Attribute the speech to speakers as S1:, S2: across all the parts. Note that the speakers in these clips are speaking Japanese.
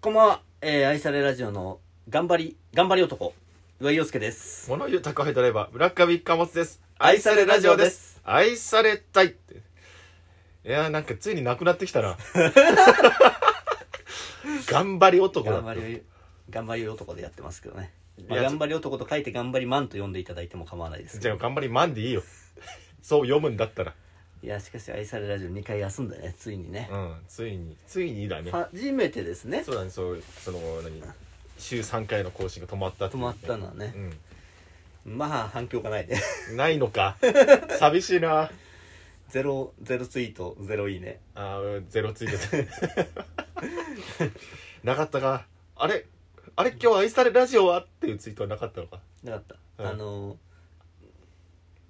S1: こんばんは、えー愛されラジオの頑張り、頑張り男、岩井陽介です。
S2: 物言う宅配ドライバー村上貨物です
S1: 愛されラジオです
S2: 愛されたいっていやーなんかついになくなってき たな頑張り男だ
S1: 頑
S2: っ
S1: 張
S2: て
S1: り、頑張り男でやってますけどね。ま
S2: い
S1: あ、
S2: や
S1: 頑張り男と書いて頑張りマンと呼んでいただいても構わないですけ
S2: じ
S1: ど。
S2: ゃあ頑張りマンでいいよそう読むんだったら
S1: いや、しかし愛されラジオ2回休んでね、ついにね。
S2: うんついについにだね
S1: 初めてですね。
S2: そうだねそうその何週3回の更新が止まったっていう
S1: 止まったのはねまあ、反響がないね。
S2: うん、ないのか寂しいな
S1: ゼロ、ゼロツイート、ゼロいいね。
S2: あーゼロついてた なかったかあれあれ今日愛されラジオはっていうツイートはなかったのか
S1: なかった。
S2: うん
S1: あの、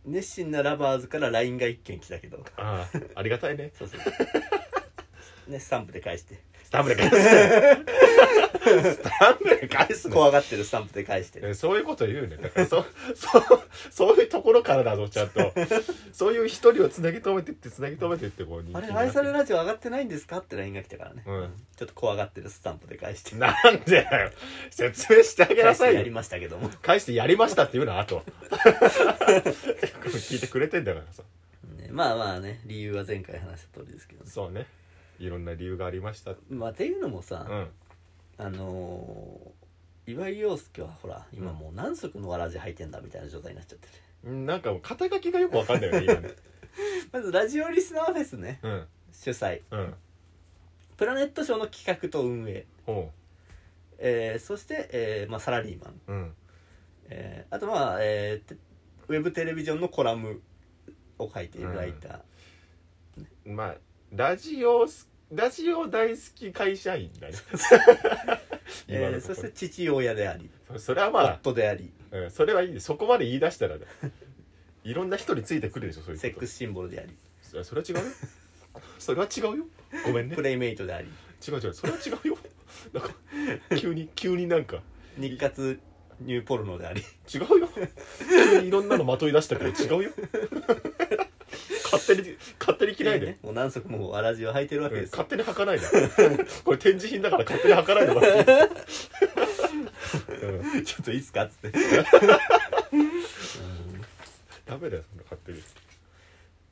S1: 熱心なラバーズから LINE が1件来たけど。
S2: ああありがたいね
S1: そうそう。 ね、スタンプで返して。
S2: スタンプで返すスタンプで返すの
S1: 怖がってるスタンプで返して。
S2: そういうこと言うねだからそそうそういうところからだぞちゃんとそういう一人をつなぎ止めてってつなぎ止めてってこう人気
S1: あ
S2: に
S1: れ、
S2: なって
S1: 愛されラジオ上がってないんですかって LINE が来たからね、
S2: うん
S1: ちょっと怖がってるスタンプで返して。
S2: なんでだよ説明してあげなさい
S1: やり
S2: よ
S1: ましたけども。
S2: 返してやりましたって言うなあと 聞いてくれてんだからさ
S1: ねまあまあね、理由は前回話した通りですけどね。
S2: そうねいろんな理由がありました
S1: まあ、っていうのもさ、
S2: うん
S1: あのー、岩井陽介はほら、今もう何足のわらじ履いてんだみたいな状態になっちゃって る。
S2: うんなんかもう肩書きがよくわかんな いよね今ね
S1: まず、ラジオリスナーフェスね、
S2: うん
S1: 主催。
S2: うん
S1: プラネットショーの企画と運営。
S2: ほ
S1: えー、そして、えーまあ、サラリーマン。
S2: ううん
S1: えーあとまあ、えーてウェブテレビジョンのコラムを書いているライター。
S2: まあラジオすラジオ大好き会社員 だね今
S1: え
S2: の
S1: ーそ
S2: とこ
S1: して父親であり、
S2: そそれはまあ、
S1: 夫であり
S2: うん、それはいいそこまで言い出したらねいろんな人についてくるでしょそういうこ
S1: セ
S2: と
S1: ックスシンボルであり、
S2: スそれは違うよそれは違うよごめんね
S1: プレイメイトであり
S2: 違う違うそれは違うよなんか急に急になんか
S1: 日活ニューポルノであり
S2: 違うよ 急にいろんなのまとい出したけど違 うよ勝手に勝手に着ないで、
S1: ねもう何足もわらじを履いてるわけ
S2: うん
S1: ですよ、
S2: 勝手に履かないで これ展示品だから勝手に履かないでもらっていいう ん、
S1: ちょっといいっすかっつってうんっ
S2: ダメだよそんな勝手に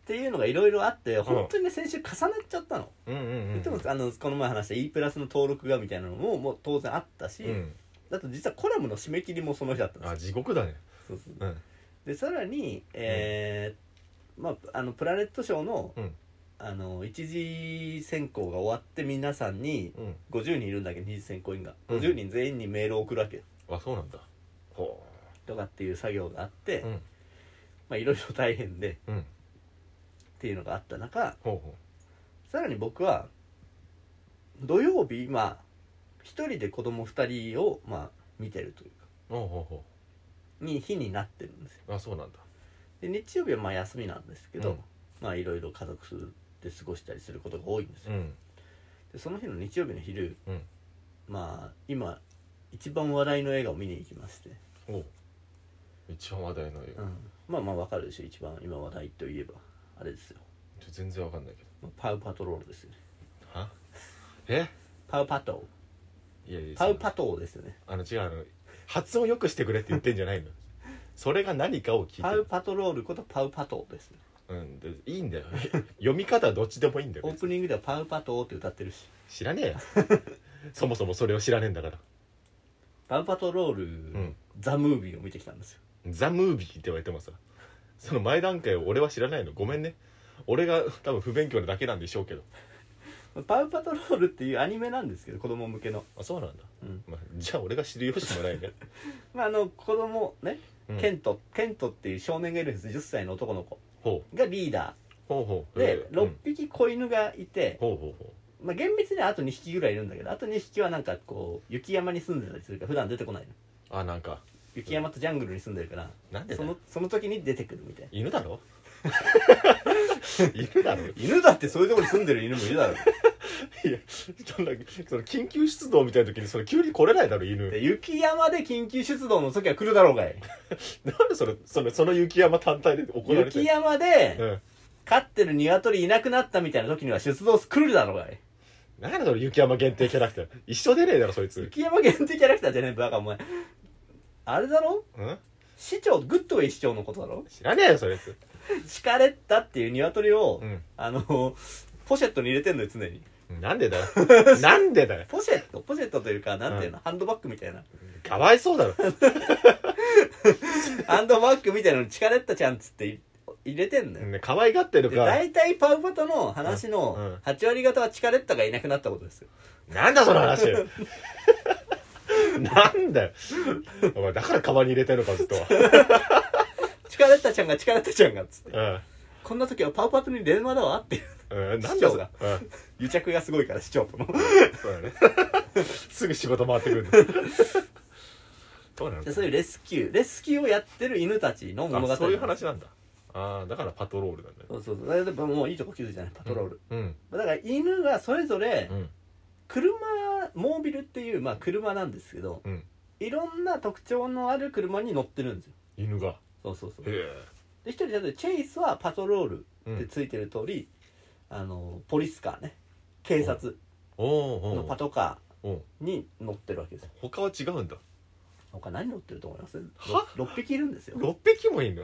S1: ていうのがいろいろあって本当にね先週重なっちゃったの、
S2: うんうん
S1: でもあのこの前話した E プラスの登録がみたいなのももう当然あったし、
S2: うん、
S1: あと実はコラムの締め切りもその日だったんです
S2: あ
S1: よ
S2: 地獄だね
S1: そうそう
S2: うん
S1: でさらにえーまああのプラネットショーの、
S2: うん
S1: あの一次選考が終わって皆さんに
S2: うん
S1: 50人いるんだけど二次選考委員が
S2: うん
S1: 50人全員にメールを送るわけ
S2: あそうなんだほ
S1: とかっていう作業があって、
S2: ううん
S1: まあいろいろ大変で
S2: うん
S1: っていうのがあった中
S2: ほうほ
S1: さらに僕は土曜日まあ一人で子供二人をまあ見てるというか
S2: うほうほうほ
S1: に日になってるんですよ
S2: うあそうなんだ
S1: で日曜日はまあ休みなんですけど、
S2: うん
S1: まあいろいろ家族で過ごしたりすることが多いんですよ、
S2: ん
S1: でその日の日曜日の昼、
S2: うん
S1: まあ今一番話題の映画を見に行きまして、
S2: おう一番話題の映画、
S1: まあまあわかるでしょ一番今話題といえばあれですよ、
S2: ちょ全然わかんないけど
S1: まあパウパトロールですよね
S2: はえ
S1: パウパト
S2: いやい
S1: ー
S2: や
S1: パウパトーですよね
S2: あの違うあの発音よくしてくれって言ってんじゃないの それが何かを聞
S1: パ
S2: い
S1: ウ
S2: て
S1: パトロールことパウパトーですね
S2: うんでいいんだよ 読み方はどっちでもいいんだよ
S1: オープニングではパウパトーって歌ってるし
S2: 知らねえよ そもそもそれを知らねえんだから
S1: パウパトロール、
S2: ん
S1: ザ・ムービーを見てきたんですよ
S2: ザ・ムービーって言われてもさその前段階を俺は知らないのごめんね俺が多分不勉強なだけなんでしょうけど
S1: まあパウパトロールっていうアニメなんですけど子供向けの、
S2: あそうなんだ、
S1: うん
S2: まあ、じゃあ俺が知る由も ないね、
S1: まあ、あの子供ね、
S2: うん
S1: ケントケントっていう少年がいるんです10歳の男の子
S2: ほ
S1: がリーダー
S2: うほうほう
S1: で、
S2: うん
S1: 6匹子犬がいて、
S2: ほうほうほ
S1: まあ、厳密にはあと2匹ぐらいいるんだけどあと2匹はなんかこう雪山に住んでたりするから普段出てこないの
S2: うあなんか
S1: 雪山とジャングルに住んでるから、
S2: なんでだ
S1: そ
S2: よ
S1: のその時に出てくるみたいな
S2: 犬だろ 犬だろ
S1: 犬だってそういうところに住んでる犬もいるだろ
S2: いやそんなその緊急出動みたいな時にそれ急に来れないだろ犬
S1: で 雪山で緊急出動の時は来るだろうがい
S2: なんでそれそのその雪山単体で怒られ
S1: 雪
S2: てる
S1: 山で
S2: うん
S1: 飼ってる鶏いなくなったみたいな時には出動来るだろうがい
S2: なんだそれ雪山限定キャラクター一緒出ねえだろそいつ
S1: 雪山限定キャラクターじゃねえバカお前あれだろ
S2: うん
S1: 市長グッドウェイ市長のことだ ろ
S2: 知らねえよそいつ
S1: 敷かれたっていう鶏を、
S2: うん
S1: あのポシェットに入れてんのよ常に
S2: なんでだ よなんでだよ
S1: ポシェットポシェットというかなんていうの、ハンドバッグみたいな
S2: かわいそうだろ
S1: ハンドバッグみたいなのに敷かれたちゃんっつってい入れてんのよ、
S2: 可愛がってる
S1: で
S2: か
S1: 大体パウパトの話
S2: うんうん
S1: の8割方はチカレッタがいなくなったことですよ
S2: なんだその話 なんだよお前だからカバンに入れてんのかずっと
S1: チカレッタちゃんがチカレッタちゃんがっつって
S2: うん
S1: こんな時はパウパトに電話だわっていう
S2: うん、なん
S1: 市
S2: だ
S1: 長
S2: それ
S1: が
S2: うん
S1: 癒着がすごいから市長と の
S2: そうだね すぐ仕事回ってくるんだどうなの
S1: でそういうレスキューレスキューをやってる犬たちの物語
S2: あそういう話なんだああだからパトロールなんだよ
S1: そうそうそうでももういいとこ気づいたねパトロール、
S2: うん
S1: だから犬がそれぞれ
S2: うん
S1: 車モービルっていう、まあ、車なんですけど、
S2: うん
S1: いろんな特徴のある車に乗ってるんですよ
S2: 犬が
S1: そうそうそうで
S2: へ
S1: 一人例えばチェイスはパトロール
S2: え、う
S1: って
S2: ん、
S1: ついてる通り、あのポリスカーね警察
S2: おう
S1: の
S2: お
S1: パ
S2: う
S1: トカ
S2: おう
S1: ーに乗ってるわけですよ
S2: 他は違うんだ
S1: 他何乗ってると思います
S2: は
S1: ?6 匹いるんですよ
S2: 6匹もいんの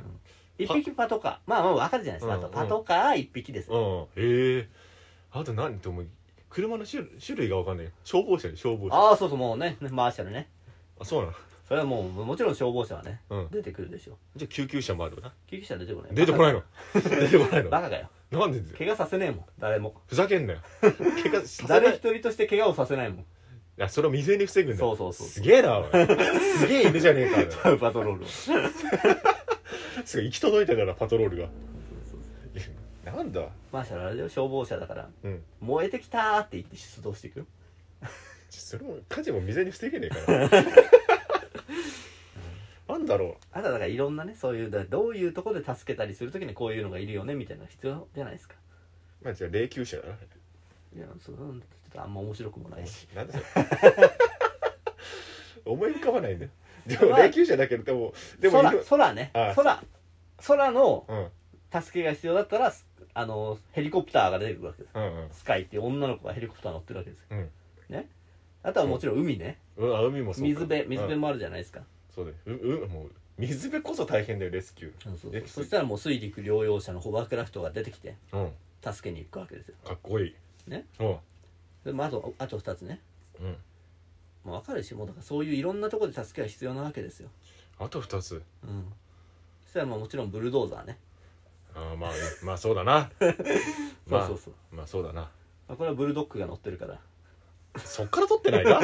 S1: 1匹パトカーまあまあ分かるじゃないですか、
S2: うん
S1: あとパトカー1匹です、
S2: うんへえあと何って思う車の種類種類が分かんない消防車に消防車
S1: ああそうそうもうねマーシャルね
S2: あそうな
S1: それはもうもちろん消防車はね
S2: のうん
S1: 出てくるでしょ
S2: じゃあ救急車もあるな
S1: 救急車出てこない
S2: 出てこない
S1: の
S2: の 出てこないの
S1: バカだよ
S2: なんでだよ
S1: 怪我させねえもん誰も
S2: ふざけんなよ怪我させな
S1: 誰一
S2: い
S1: 人として怪我をさせないもん
S2: いやそれを未然に防ぐんだ
S1: そうそうそう
S2: すげえなおいすげえ犬じゃねえかおい
S1: パウパトロールは
S2: すごい行き届いてたなパトロールがいや なんだ
S1: マーシャルあれだよ消防車だから
S2: うん
S1: 燃えてきたーって言って出動していくよ
S2: それも火事も未然に防げねえからなんだろ
S1: あとはだからいろんなねそういうだからどういうところで助けたりするときにこういうのがいるよねみたいなのが必要じゃないですか
S2: うまあじゃあ霊柩車だない
S1: やそうちょっとあんま面白くもないし
S2: なんだそれ思い浮かばないんだよでも
S1: まあ
S2: 霊柩車だけどでもでもい
S1: 空
S2: る
S1: 空ね
S2: あ
S1: 空空の
S2: うん
S1: 助けが必要だったらすあのヘリコプターが出てくるわけです
S2: うんうん
S1: スカイっていう女の子がヘリコプター乗ってるわけですよ、
S2: うん
S1: ねあとはもちろん海ね、
S2: うわ海もそうか
S1: 水辺水辺
S2: うん
S1: もあるじゃないですか、
S2: そうだよううもう水辺こそ大変だよレスキュ
S1: そうそう
S2: え
S1: そしたらもう水陸両用車のホバークラフトが出てきて
S2: ーうん
S1: 助けに行くわけですよ
S2: かっこいい
S1: ね
S2: うん
S1: で、まあ、あとあと2つね、
S2: うん
S1: まあ、分かるしもうだからそういういろんなところで助けが必要なわけですよ、
S2: あと2つ
S1: うん、そしたらまあもちろんブルドーザーね、
S2: あーまあまあそうだなまあ
S1: そうそうそう、
S2: まあそうだな
S1: まあ、これはブルドッグが乗ってるから
S2: そっから撮ってないな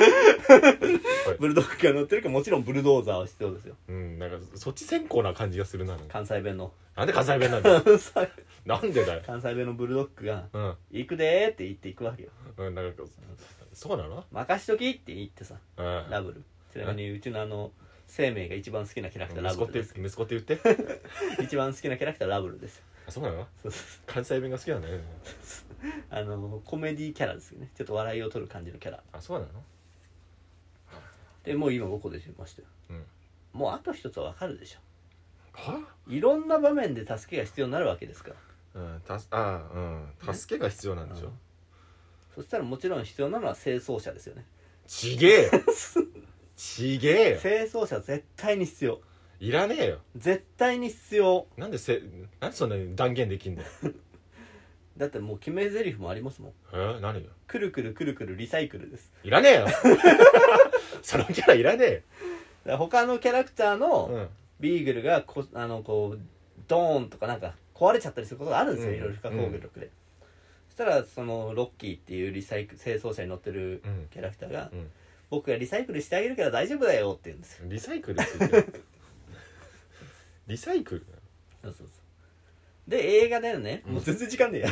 S1: ブルドッグが乗ってるからもちろんブルドーザーは必要ですよ
S2: うんなんかそっち先行な感じがするななんか
S1: 関西弁 の
S2: なんで関西弁なんだよ
S1: 関西
S2: なんでだよ
S1: 関西弁のブルドッグが
S2: うん
S1: 「行くで」って言って行くわけよ
S2: うんなんかそうなの
S1: 「任しとき」って言ってさ
S2: うん
S1: ラブルちなみにうちのあの生命が一番好きなキャラクターラ
S2: 息子
S1: ブ
S2: っ
S1: ル
S2: て
S1: です
S2: 息子って言って
S1: 一番好きなキャラクターラブルです
S2: あそうなの
S1: そうそう
S2: 関西弁が好きなんだね
S1: あのコメディキャラですよねちょっと笑いを取る感じのキャラ
S2: あそうなの
S1: でもう今5個出てましたよ
S2: うん
S1: もうあと一つは分かるでしょ
S2: はい
S1: ろんな場面で助けが必要になるわけですから
S2: うんたすあーうん助けが必要なんでしょ
S1: うんそしたらもちろん必要なのは清掃車ですよね
S2: ちげえよ ちげえよ
S1: 清掃車絶対に必要
S2: いらねえよ
S1: 絶対に必要
S2: なんでせなんでそんなに断言できんだよ
S1: だってもう決め台詞もありますもん
S2: えー、何よ
S1: くるくるくるくるリサイクルです
S2: いらねえ よそのキャラいらねえよ
S1: だから他のキャラクターの、
S2: うん
S1: ビーグルがこあのこうドーンとかなんか壊れちゃったりすることがあるんですよ、
S2: うん
S1: いろいろ不可抗力で、そしたらそのロッキーっていうリサイク清掃車に乗ってる
S2: うん
S1: キャラクターが、
S2: うん
S1: 僕がリサイクルしてあげるから大丈夫だよって言うんですよ
S2: リサイクルって言ってるリサイクル
S1: そうそうそうで映画でね、
S2: うん
S1: もう全然時間ねえや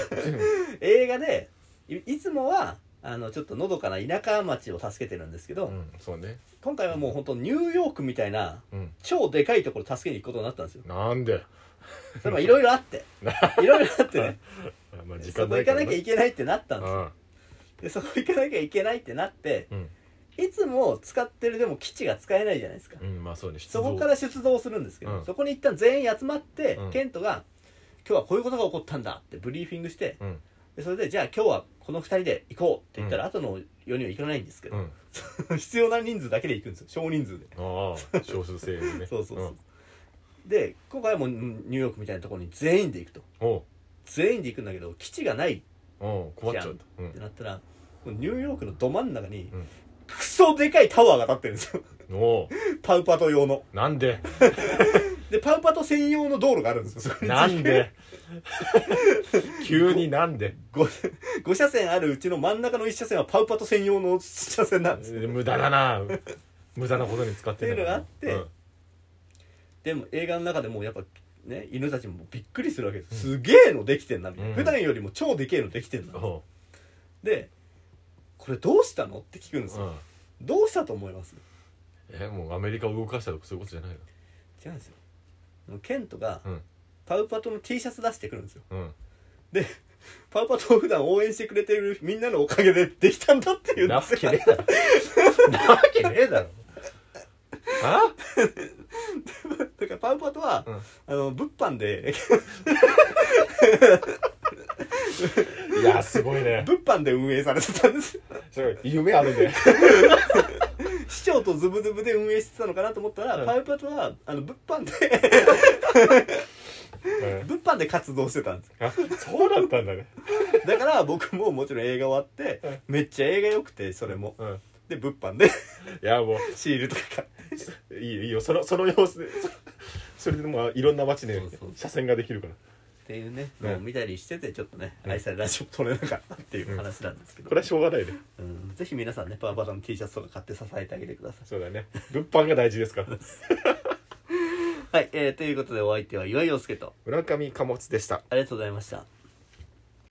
S1: 映画でいいつもはあのちょっとのどかな田舎町を助けてるんですけど、
S2: うんそうね
S1: 今回はもう本当ニューヨークみたいな
S2: うん
S1: 超でかいところ助けに行くことになったんですよ
S2: なんで
S1: それもいろいろあって いろいろあってね
S2: あまあ時
S1: そ
S2: 間
S1: こ
S2: な
S1: 行
S2: いか
S1: からなきゃいけないってなったんですよ
S2: あ
S1: でそこ行かなきゃいけないってなって
S2: あうん
S1: いつも使ってるでも基地が使えないじゃないですか
S2: うんまあそうね
S1: そこからら出動するんですけど、
S2: うん
S1: そこに一旦全員集まって、
S2: うん
S1: ケントが「今日はこういうことが起こったんだ」ってブリーフィングして
S2: うん
S1: ででそれでじゃあ今日はこの2人で行こうって言ったら、
S2: う
S1: 後の4人は行かないんですけ
S2: う
S1: ど、
S2: ん
S1: 必要な人数だけで行くんですよ少人数で
S2: ああ少数制でね
S1: そうそうそう、で今回はもうニューヨークみたいなところに全員で行くと
S2: うんおう
S1: 全員で行くんだけど基地がないっ
S2: おう困っちゃうとう
S1: て
S2: ん
S1: なったらもうニューヨークのど真ん中に、
S2: うん
S1: クソでかいタワーが立ってるんですよ
S2: お
S1: パウパト用の
S2: うなんで
S1: でパウパト専用の道路があるんですよそこに
S2: なんで急になんで
S1: 5, 車線あるうちの真ん中の1車線はパウパト専用の車線なんですよ
S2: 無駄だな無駄なことに使ってんだから
S1: っていうのがあってでも映画の中でもやっぱね犬たちもびっくりするわけです、すげえのできてんなみたいな、
S2: うん
S1: 普段よりも超でけえのできてんな、
S2: うんおう
S1: でこれどうしたのって聞くんです
S2: う
S1: よ、
S2: ん
S1: どうしたと思います
S2: えもうアメリカを動かしたとかそういうことじゃない
S1: 違うんですよケントが
S2: うん
S1: パウパトの T シャツ出してくるんですよ
S2: のうん
S1: パウパトを普段応援してくれてるみんなのおかげでできたんだっていうんで
S2: なわ
S1: す
S2: け
S1: よ
S2: ねえだろなわけねえだろあ
S1: だからパウパトは、
S2: うん
S1: あの物販で
S2: いやすごいね
S1: 物販で運営されてたんです
S2: すごい夢あるね
S1: 市長とズブズブで運営してたのかなと思ったら、
S2: うん
S1: パウパトはあの物販で
S2: うん
S1: 物販で活動してたんです
S2: あそうだったんだね
S1: だから僕ももちろん映画終わって、めっちゃ映画良くてそれも
S2: うん
S1: で物販で
S2: いやも
S1: シールとか買って
S2: ういいよいいよそのその様子でそそれでまあいろんな街で
S1: そうそう
S2: 車線ができるから
S1: っていうね
S2: うん
S1: のを見たりしててちょっとね、
S2: うん
S1: 愛されラジオ撮れなかったっていう話なんですけど、
S2: これはしょうがないね
S1: うんぜひ皆さんねパワーバトの T シャツとか買って支えてあげてください
S2: そうだね物販が大事ですから
S1: はい、えーということでお相手は岩井陽介と
S2: 村上貨物でした
S1: ありがとうございました